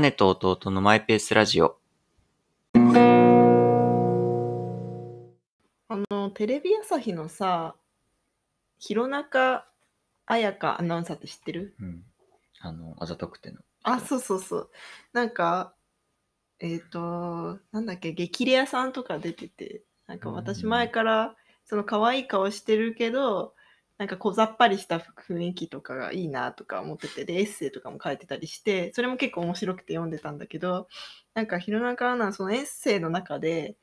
姉と弟のマイペースラジオあの、テレビ朝日のさ、弘中綾香アナウンサーって知ってるうん。あの、あざとくての。あ、そうそうそう。なんか、えっ、と、なんだっけ、激レアさんとか出てて、なんか私うん前から、その可愛い顔してるけど、なんか小ざっぱりした雰囲気とかがいいなとか思ってて、で、エッセイとかも書いてたりして、それも結構面白くて読んでたんだけど、なんか弘中アナ、そのエッセイの中で、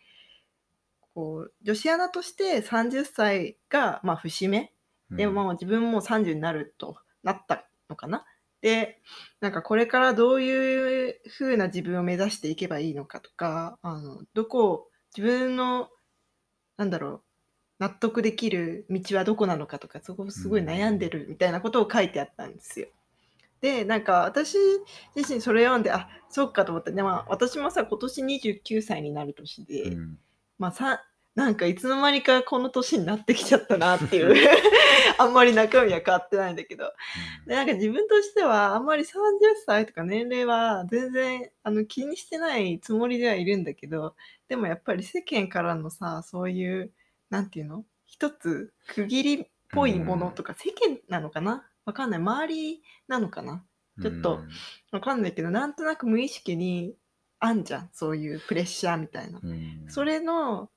こう、女子アナとして30歳が、まあ、節目でもうんまあ自分も30になるとなったのかな。でなんかこれからどういう風な自分を目指していけばいいのかとかあのどこを自分のなんだろう納得できる道はどこなのかとかそこをすごい悩んでるみたいなことを書いてあったんですよ。でなんか私自身それ読んであそうかと思ってで、まあ、私もさ今年29歳になる年で、うんまあさなんかいつの間にかこの年になってきちゃったなっていう あんまり中身は変わってないんだけどでなんか自分としてはあんまり30歳とか年齢は全然あの気にしてないつもりではいるんだけどでもやっぱり世間からのさそういうなんていうの一つ区切りっぽいものとか、世間なのかなわかんない周りなのかなちょっと、わかんないけどなんとなく無意識にあんじゃんそういうプレッシャーみたいな。うんうんそれの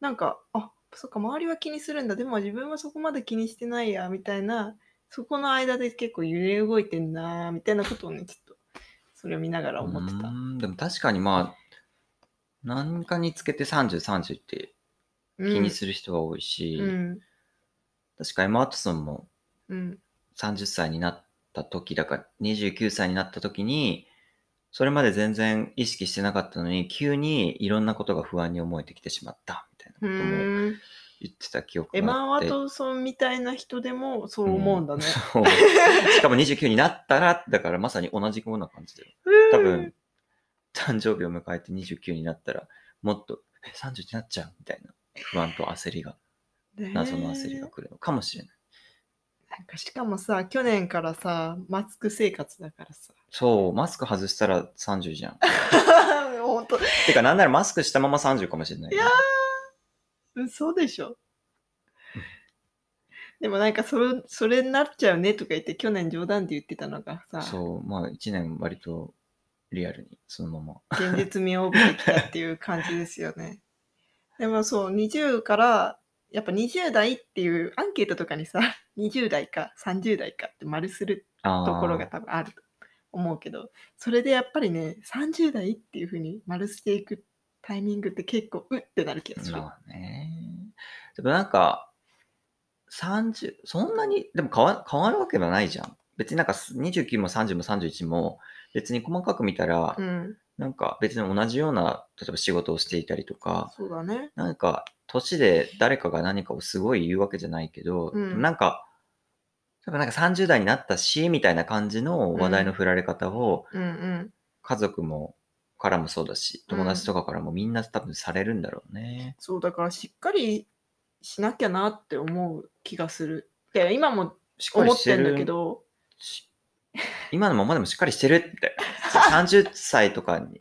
なんかあそっか周りは気にするんだでも自分はそこまで気にしてないやみたいなそこの間で結構揺れ動いてんなみたいなことをねちょっとそれを見ながら思ってうた。んでも確かにまあ、何かにつけて30、30って気にする人が多いし、うん確かエマ・ワトソンもうん30歳になった時だから、29歳になった時に、それまで全然意識してなかったのに、急にいろんなことが不安に思えてきてしまった、みたいなこうともん言ってた記憶エマ・があっワて。トソンみたいな人でもそう思うんだね。そうしかも29になったら、だからまさに同じような感じで。多分、誕生日を迎えて29になったら、もっと、え、30になっちゃうみたいな不安と焦りが、うん謎の焦ねりえが来るのかもしれない。なんかしかもさ去年からさマスク生活だか らさそう、マスク外したら30じゃん。 本当てか、なんならマスクしたまま30かもしれないね。いや嘘でしょでもなんかそれそれになっちゃうねとか言って去年冗談で言ってたのがさそう、まあ1年割とリアルに、そのまま。現実味を帯びてきたっていう感じですよねでもそう20からやっぱ20代っていうアンケートとかにさ20代か30代かって丸するあーところが多分あると思うけどそれでやっぱりね30代っていうふうに丸していくタイミングって結構うってなる気がする。まあね。でもなんか、30、そんなに、でも変わ変わるわけはないじゃん。別になんかす29も30も31も、別に細かく見たら、うん、なんか別に同じような、例えば仕事をしていたりとか、そうだね。なんか、年で誰かが何かをすごい言うわけじゃないけど、うんでもなんか、多分なんか30代になったし、みたいな感じの話題の振られ方を、うんうん。家族も、からもそうだし、友達とかからもみんな多分されるんだろうね。そうだからしっかりしなきゃなって思う気がする。で今もしっか思りっしててんるだけどし今のままでもしっかりしてるみた いな。30歳とかに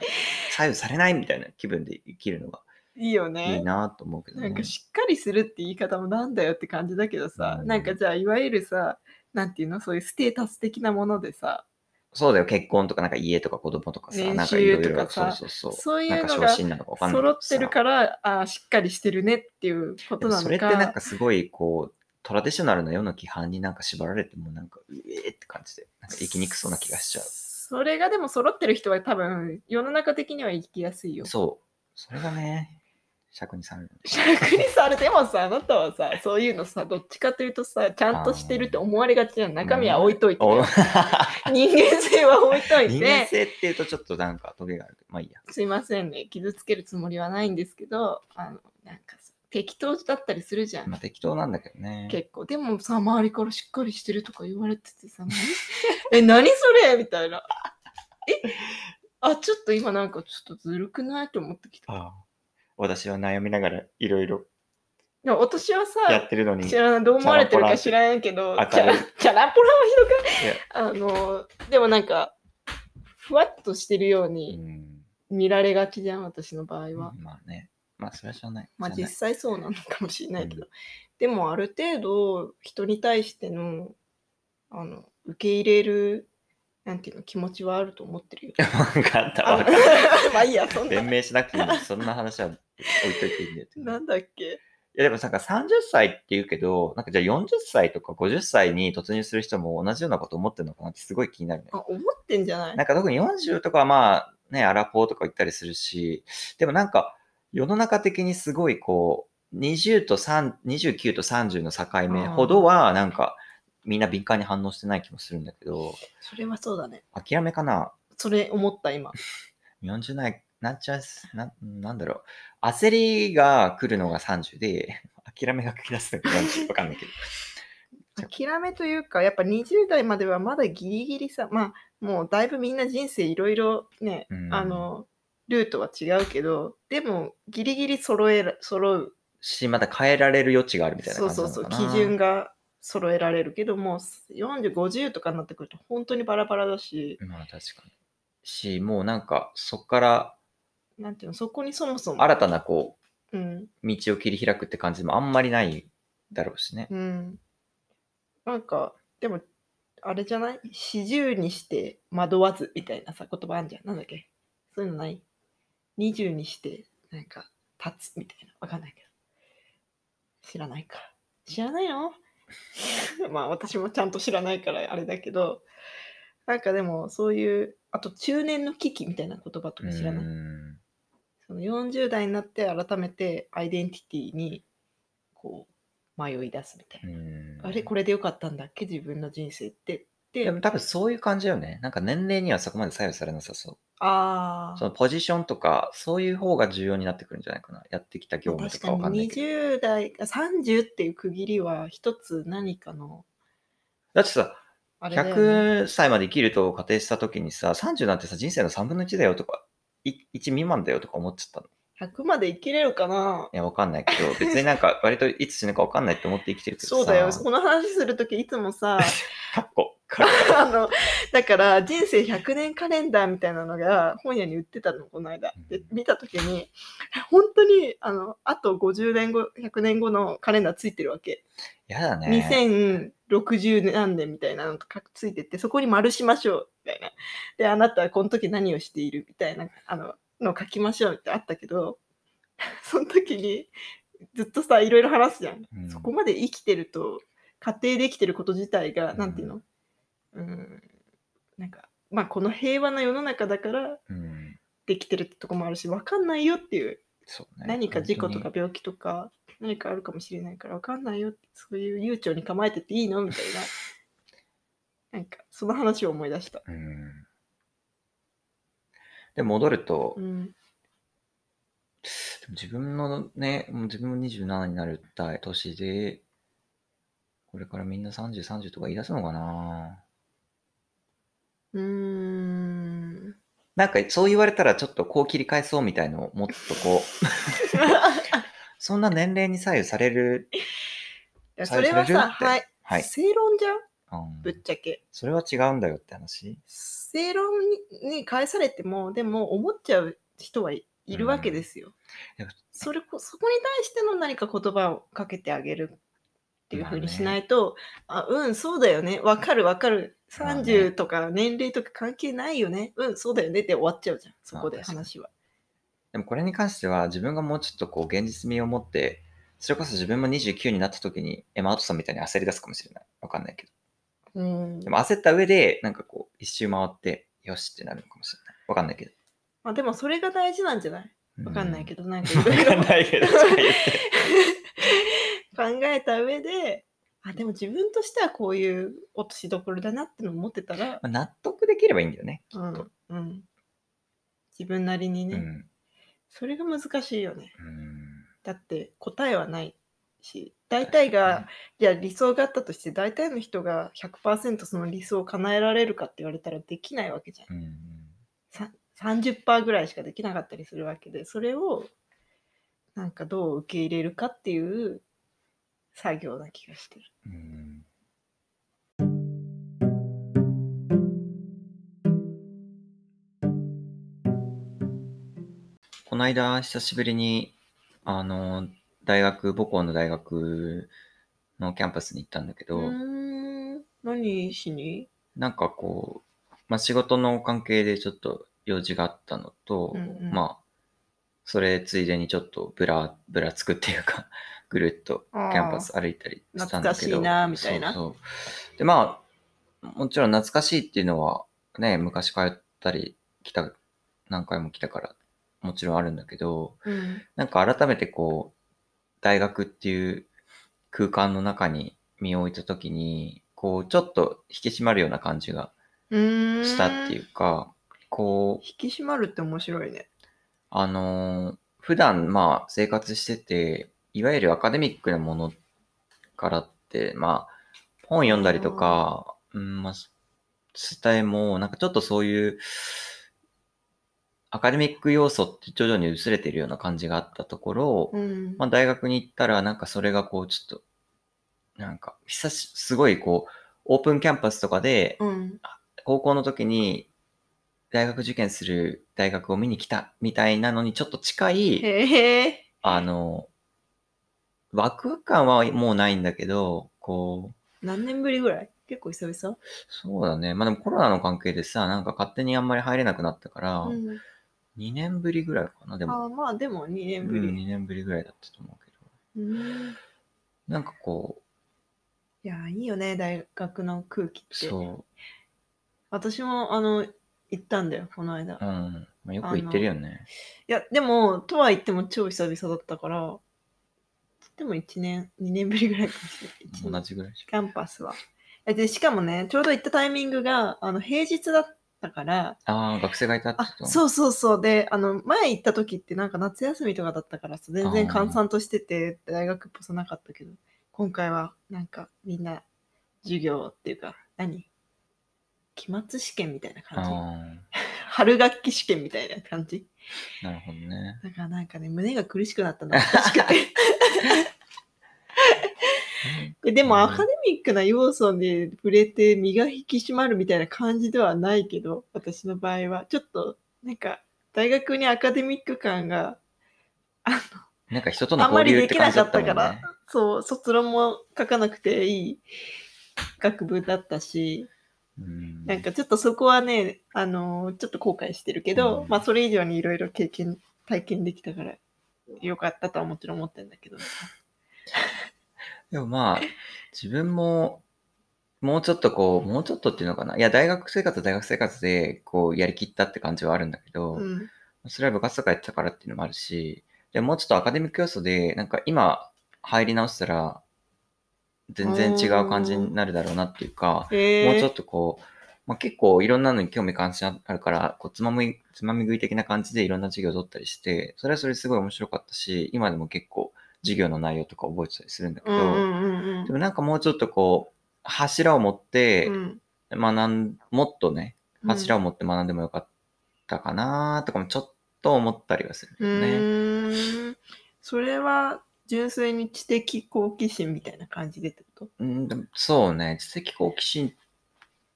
左右されないみたいな気分で生きるのがいいよいね。いなと思うけどなね。んかしっかりするって言い方もなんだよって感じだけどさ、うんなんかじゃあいわゆるさなんていうのそういうステータス的なものでさそうだよ、結婚とか、なんか家とか子供とかさ、年収なんかいろいろと、かそうさそうそう。そういなうんかの昇が進なのかわかんないけ揃どっさてるからあーしっかりしてるねっていうことでもなのそかれってなんかすごいこう、トラディショナルのような規範になんか縛られてもなんか、うえーって感じで、なんか生きにくそうな気がしちゃう。それがでも揃ってる人は多分世の中的には生きやすいよそう。それがね、尺にされる。逆にされてもさあなたはさそういうのさどっちかというとさちゃんとしてるって思われがちじゃん中身は置いといて、お人間性は置いとい人間て性っていうとちょっとなんかトゲがあるけど、まあいいや。すいませんね傷つけるつもりはないんですけどあのなんかさ適当だったりするじゃん、まあ適当なんだけどね。結構でもさ周りからしっかりしてるとか言われててさ 何え何それみたいなえあちょっと今なんかちょっとずるくないと思ってきたいああ私は悩みながらいろいろや私はさやってるのに、知らないどう思われてるか知らないけどチチャャランポランラチャランポラはひどくいやあのでもなんかふわっとしてるようにん見られがちじゃん、私の場合は。まあね。まあ、それはしょうがない。まあしょう実が際そうなのかもしれないけど、うでもある程度人に対してのあの受け入れるなんていうの気持ち はあると思ってるよ。ない。わかった、あわのかった。 まあいいやそんな弁明しなくていいんだそんな話は置いといていいんだよ。なんだっけいやでもなんか30歳って言うけど、なんかじゃあ40歳とか50歳に突入する人も同じようなこと思ってるのかなってすごい気になるねあ。思ってんじゃないなんか特に40とかはまあね、アラポーとか言ったりするし、でもなんか世の中的にすごいこう、20と3 29と30の境目ほどはなんかみんな敏感に反応してない気もするんだけど、それはそうだね。諦めかなそれ思った今。 40代なっちゃうすな、なんだろう。焦りが来るのが30で、 諦めが来だすのが40わかんないけど。諦めというかやっぱ20代まではまだギリギリさまあもうだいぶみんな人生いろいろね、うん あのルートは違うけどでもギリギリ揃えら揃うし、また変えられる余地があるみたいなそう感じそなうのそかうな。基準が揃えられるけどもう4050とかになってくると本当にバラバラだしまあ確かに。し、もうなんかそこからなんていうのそこにそもそも新たなこうんう、道を切り開くって感じもあんまりないだろうしね。うんなんかでもあれじゃない四十にして惑わずみたいなさ言葉あんじゃんなんだっけそういうのない二十にしてなんか立つみたいなわかんないけど知らないか知らないの まあ私もちゃんと知らないからあれだけどなんかでもそういうあと中年の危機みたいな言葉とか知らない、うんその40代になって改めてアイデンティティにこう迷い出すみたいなうんあれこれでよかったんだっけ自分の人生ってってでも多分そういう感じだよね。なんか年齢にはそこまで左右されなさそう。あそあのポジションとか、そういう方が重要になってくるんじゃないかな。やってきた業務と確かわかかんないにけど。 20代あ30っていう区切りは一つ何かのだってさ、あれだよね、 100歳まで生きると仮定した時にさ、30なんてさ、人生の3分の1だよとか、い1未満だよとか思っちゃったの。 100まで生きれるかないや、わかんないけ ど、別になんか、割といつ死ぬかわかんないって思って生きてるけどさ。そうだよこの話するときいつもさ かっこ。かっこあのだから人生100年カレンダーみたいなのが本屋に売ってたのこの間で見たときに本当にあのあと50年後100年後のカレンダーついてるわけやだね。 2060何年みたいなのとかついててそこに丸しましょうみたいなであなたはこの時何をしているみたいなあののを書きましょうってあったけど その時にずっとさいろいろ話すじゃん、うんそこまで生きてると家庭で生きてること自体がうん何ていうのうんなんかまあこの平和な世の中だからうん。できてるってとこもあるし分かんないよっていうそうね。何か事故とか本病気とか何かあるかもしれないから分かんないよってそういう悠長に構えてていいのみたいな なんかその話を思い出した、当に。うん。で、戻ると、うん、でも自分のね、もう自分も27になる代年で、これからみんな30、30とか言い出すのかなうーんなんかそう言われたらちょっとこう切り返そうみたいのをもっとこう、そんな年齢に左右される。いやそれは左右されさ、るってはいはい。正論じゃんうんぶっちゃけそれは違うんだよって話。正論にに返されてもでも思っちゃう人はいいるわけですよ、うんいや。それこそこに対しての何か言葉をかけてあげるっていうふうにしないいと、あうん、そうだよね、わかるわかる、まあね30とか年齢とか関係ないよね、うん、そうだよねって終わっちゃうじゃん、そこでまあ確かに話は。でもこれに関しては自分がもうちょっとこう現実味を持って、それこそ自分も29になった時にエマ・アトさんみたいに焦り出すかもしれない。わかんないけど。うんでも焦った上で、なんかこう一周回って、よしってなるのかもしれない。わかんないけど。まあ、でもそれが大事なんじゃないわかんないけど、なんかい わろいかろんない けど、とか言って。考えた上で、あでも自分としてはこういう落としどころだなってのを思ってたら、まあ納得できればいいんだよね。うんうん、自分なりにね、うん。それが難しいよね。うんだって答えはないし、大体が、じゃあ理想があったとして大体の人が100%その理想を叶えられるかって言われたらできないわけじゃん。うんさ30%ぐらいしかできなかったりするわけでそれをなんかどう受け入れるかっていう作業な気がしてる。うんこの間、久しぶりに、あの、大学、母校の大学のキャンパスに行ったんだけうど、ーん何しになんかこう、まあ、仕事の関係でちょっと用事があったのと、うんうんまあ、それついでにちょっとブラ、ブラつくっていうか、ぐるっとキキャンパス歩いたりしたんだけど。懐かしいなみたいなそうそうで、まあ、もちろん懐かしいっていうのは、ね、昔通ったり、来た、何回も来たから、もちろんあるんだけど、うんなんか改めてこう、大学っていう空間の中に身を置いたときに、こう、ちょっと引き締まるような感じがうーんしたっていうか、こう、引き締まるって面白いねあのー普段まあ生活してて、いわゆるアカデミックなものからって、まあ、本読んだりとか、うん、まあ、すしたいも、なんかちょっとそういう、アカデミック要素って徐々に薄れてるような感じがあったところを、うんまあ、大学に行ったら、なんかそれがこう、ちょっと、なんか、久し、すごいこう、オープンキャンパスとかで、うん高校の時に、大学受験する大学を見に来たみたいなのにちょっと近い、へえあの、ワクワク感はもうないんだけど、こう、何年ぶりぐらい結構久々そうだね。まあでもコロナの関係でさ、なんか勝手にあんまり入れなくなったから、うん2年ぶりぐらいかな、でも。あーまあでも2う年ぶん、り2年ぶりぐらいだったと思うけど。うんなんかこいやーいいよね大学の空気っう、てそ私もあの行ったんだよこの間、う、ういん。まあ、よく言ってるよね。やでもとは言っても超久々だったからでも1年2年ぶりぐらいかもしれない一年同じぐらいしキャンパスはえでしかもねちょうど行ったタイミングがあの平日だったからか。ああ、学生がいたってあことそうそうそうであの前行った時ってなんか夏休みとかだったからさ全然閑散としてて大学っぽさなかったけど今回はなんかみんな授業っていうか何期末試験みたいなあ感あじ春学期試験みたいな感じー、なるほどね。だからなんかね胸が苦しく なったの懐かしくてででうんもアカデミックな要素で触れて身が引き締まるみたいな感じではないけど私の場合はちょっとなんか大学にアカデミック感がなんか人とのあんま交り流っでてき感なじだかっったたもんかね。ら、そう、卒論も書かなくていい学部だったし、うんなんかちょっとそこはね、あのーちょっと後悔してるけど、うんまあそれ以上にいろいろ経験、体験できたから、よかったとはもちろん思ってるんだけど。でもまあ、自分も、もうちょっとこう、もうちょっとっていうのかな。いや、大学生活は大学生活で、こう、やりきったって感じはあるんだけど、うん。それは部活とかやってたからっていうのもあるし、でもうちょっとアカデミック要素で、なんか今、入り直したら、全然違う感じになるだろうなっていうか、えー、もうちょっとこう、まあ、結構いろんなのに興味関心あるから、こうつまみ、つまみ食い的な感じでいろんな授業を取ったりして、それはそれですごい面白かったし、今でも結構授業の内容とか覚えてたりするんだけうど、んうんうんでもなんかもうちょっとこう、柱を持ってうん。うん学ん、もっとね、柱をも持って学んでもよかったかなとかもちょっと思ったりはするけうどね。ーん。それは純粋に知的好奇心みたいな感じでってことうん、でもそうね、知的好奇心、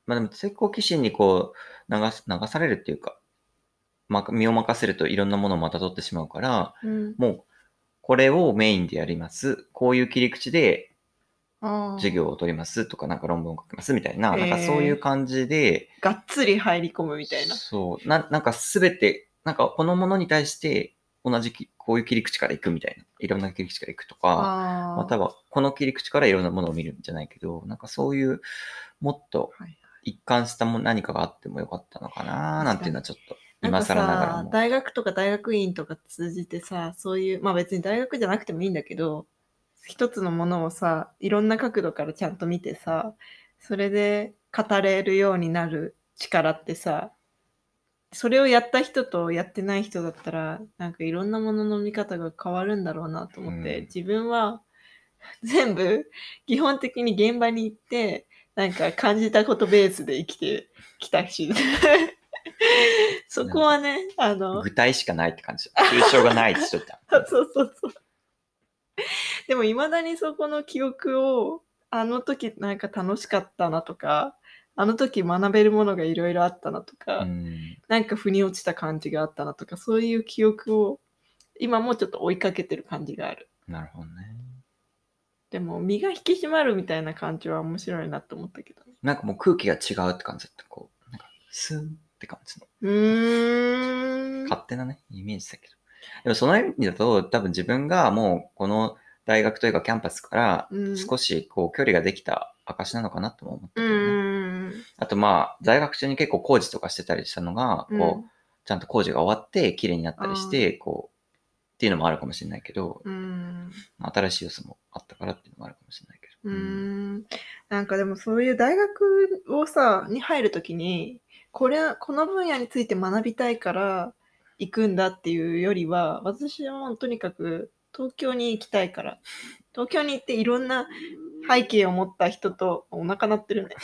まあでも知的好奇心にこう流す、流されるっていうか、ま、身を任せるといろんなものをまた取ってしまうから、うん。もう、これをメインでやります。こういう切り口であー授業を取りますとか、なんか論文を書きますみたいな、へなんーかそういう感じで、がっつり入り込むみたいな。そう、ななんかすべて、なんかこのものに対して同じき、こういう切り口からいくみたいな、いろんな切り口からいくとか、あーまたはこの切り口からいろんなものを見るんじゃないけど、なんかそういう、もっとはい一貫したも何かがあってもよかったのかななんていうのはちょっと、なん今かさ更ながらも。大学とか大学院とか通じてさそういうまあ別に大学じゃなくてもいいんだけど一つのものをさいろんな角度からちゃんと見てさそれで語れるようになる力ってさそれをやった人とやってない人だったらなんかいろんなものの見方が変わるんだろうなと思って、うん自分は全部基本的に現場に行ってなんか感じたことベースで生きてきたし そこはねあの具体しかないって感じ。抽象がないってちょっと。 そうそうそうそう。でも、いまだにそこの記憶を、あの時なんか楽しかったなとか、あの時学べるものがいろいろあったなとか、うんなんか腑に落ちた感じがあったなとか、そういう記憶を今もちょっと追いかけてる感じがある。なるほどね。でも身が引き締まるみたいな感じは面白いなと思ったけどね。なんかもう空気が違うって感じだった。こう、なんか、スンって感じの。うーん。勝手なね、イメージだけど。でもその意味だと、多分自分がもうこの大学というかキャンパスからうん少しこう距離ができた証なのかなとも思ったけどうね。ーん。あとまあ、在学中に結構工事とかしてたりしたのが、こう、うちゃんと工事が終わって綺麗になったりして、こう、っていうのもあるかもしれないけど、うん。まあ新しい要素もあったからっていうのもあるかもしれないけうど。ーんなんかでもそういう大学をさに入るときにこれはこの分野について学びたいから行くんだっていうよりは私はもうとにかく東京に行きたいから東京に行っていろんな背景を持った人とお腹鳴ってる ね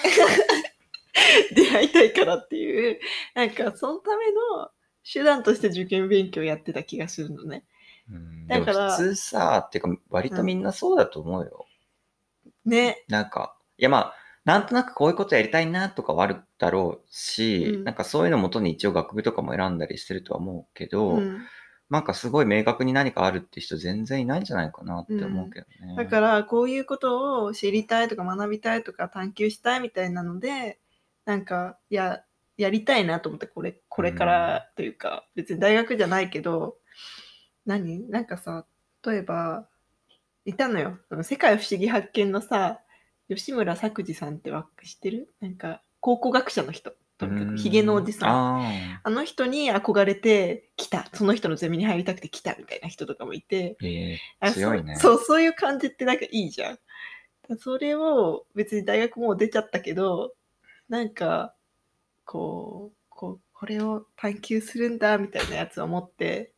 出会いたいからっていうなんかそのための手段として受験勉強やってた気がするのね。うんだからでも普通さ、っていうか割とみんなそうだと思うよ。ね。なんか、いやまあ、なんとなくこういうことやりたいなとかはあるだろうし、うんなんかそういうのもとに一応学部とかも選んだりしてるとは思うけど、うんなんかすごい明確に何かあるって人全然いないんじゃないかなって思うけどね。だからこういうことを知りたいとか学びたいとか探求したいみたいなのでなんかややりたいなと思ってこれこれからというか、別に大学じゃないけど何なんかさ例えばいたのよ「その世界不思議発見」のさ吉村作治さんってわ知ってるなんか考古学者の人とにかくひげのおじさん。ん。あーあの人に憧れて来たその人のゼミに入りたくて来たみたいな人とかもいて、えあー、強いね。そうそうそういう感じってなんかいいじゃんだそれを別に大学もう出ちゃったけどなんかこうこうこれを探求するんだみたいなやつを持って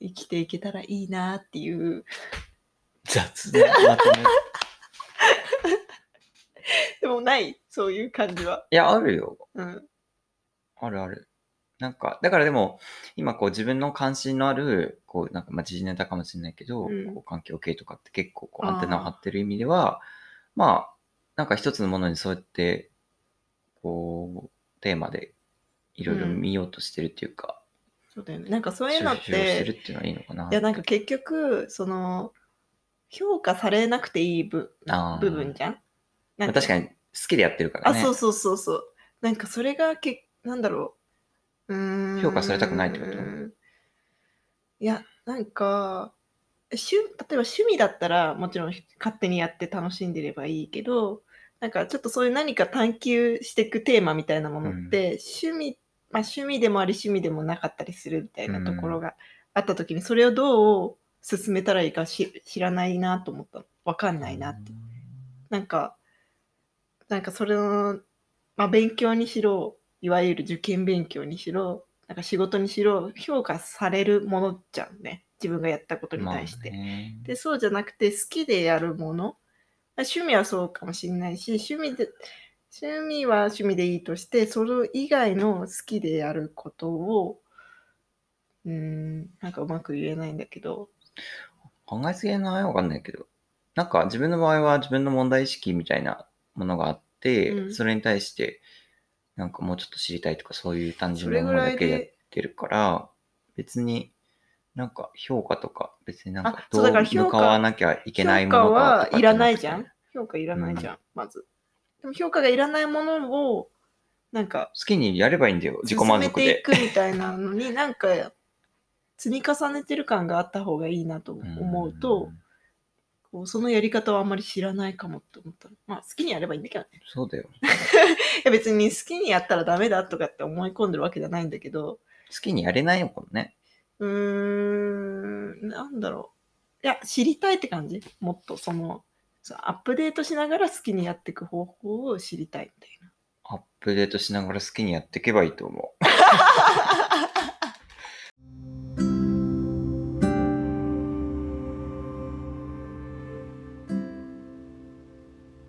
生きていけたらいいなっていう雑だなまと めいでもないそういう感じはや、あるよ。うんあるある。なんか、だからでも、今こう自分の関心のある、こうなんかまあ時事ネタかもしれないけど、うんこう環境系とかって結構こうアンテナを張ってる意味では、まあ、なんか一つのものにそうやって、こう、テーマでいろいろうん見ようとしてるっていうか、そうだよねなんかそう収いうのっ集をしてるってていうのはいいのかな。いやなんか結局その評価されなくていい部あー部分じゃんまなあん確かに好きでやってるからね。あそうそうそうそうなんかそれがけなんだろううーん評価されたくないってこといやなんか趣例えば趣味だったらもちろん勝手にやって楽しんでればいいけどなんかちょっとそういう何か探求していくテーマみたいなものって、趣味まあ趣味でもあり趣味でもなかったりするみたいなところがあった時にそれをどう進めたらいいかし知らないなと思ったのわかんないなってなんか、なんかそれの、まあ、勉強にしろ、いわゆる受験勉強にしろ、なんか仕事にしろ、評価されるものじゃんね。自分がやったことに対して。まあねで、そうじゃなくて、好きでやるもの。趣味はそうかもしれないし、趣味で、趣味は趣味でいいとして、それ以外の好きでやることを、うーん、なんかうまく言えないんだけど、考えすぎないわかんないけど。なんか自分の場合は自分の問題意識みたいなものがあって、うんそれに対して、なんかもうちょっと知りたいとかそういう単そ純れなもぐのらだいけやっで、てるから、別になんか評価とか別になんあかそどううだから評価向かわなきゃいけない評も価のかとかはいらないじゃってんくて評価いらないじゃん、まず。でも評価がいらないものを、なんか、好きにやればいいんだよ、自己満進め足ていで。くみたいなのに、 なんか、積み重ねてる感があった方がいいなと思うと、んこうそのやり方はあんまり知らないかもって思ったの。まあ、好きにやればいいんだけどね。そうだよ。いや、別に好きにやったらダメだとかって思い込んでるわけじゃないんだけど、好きにやれないのかもね。うーん、なんだろう。いや、知りたいって感じ。もっとその、そのアップデートしながら好きにやっていく方法を知りたいみたいな。アップデートしながら好きにやっていけばいいと思う。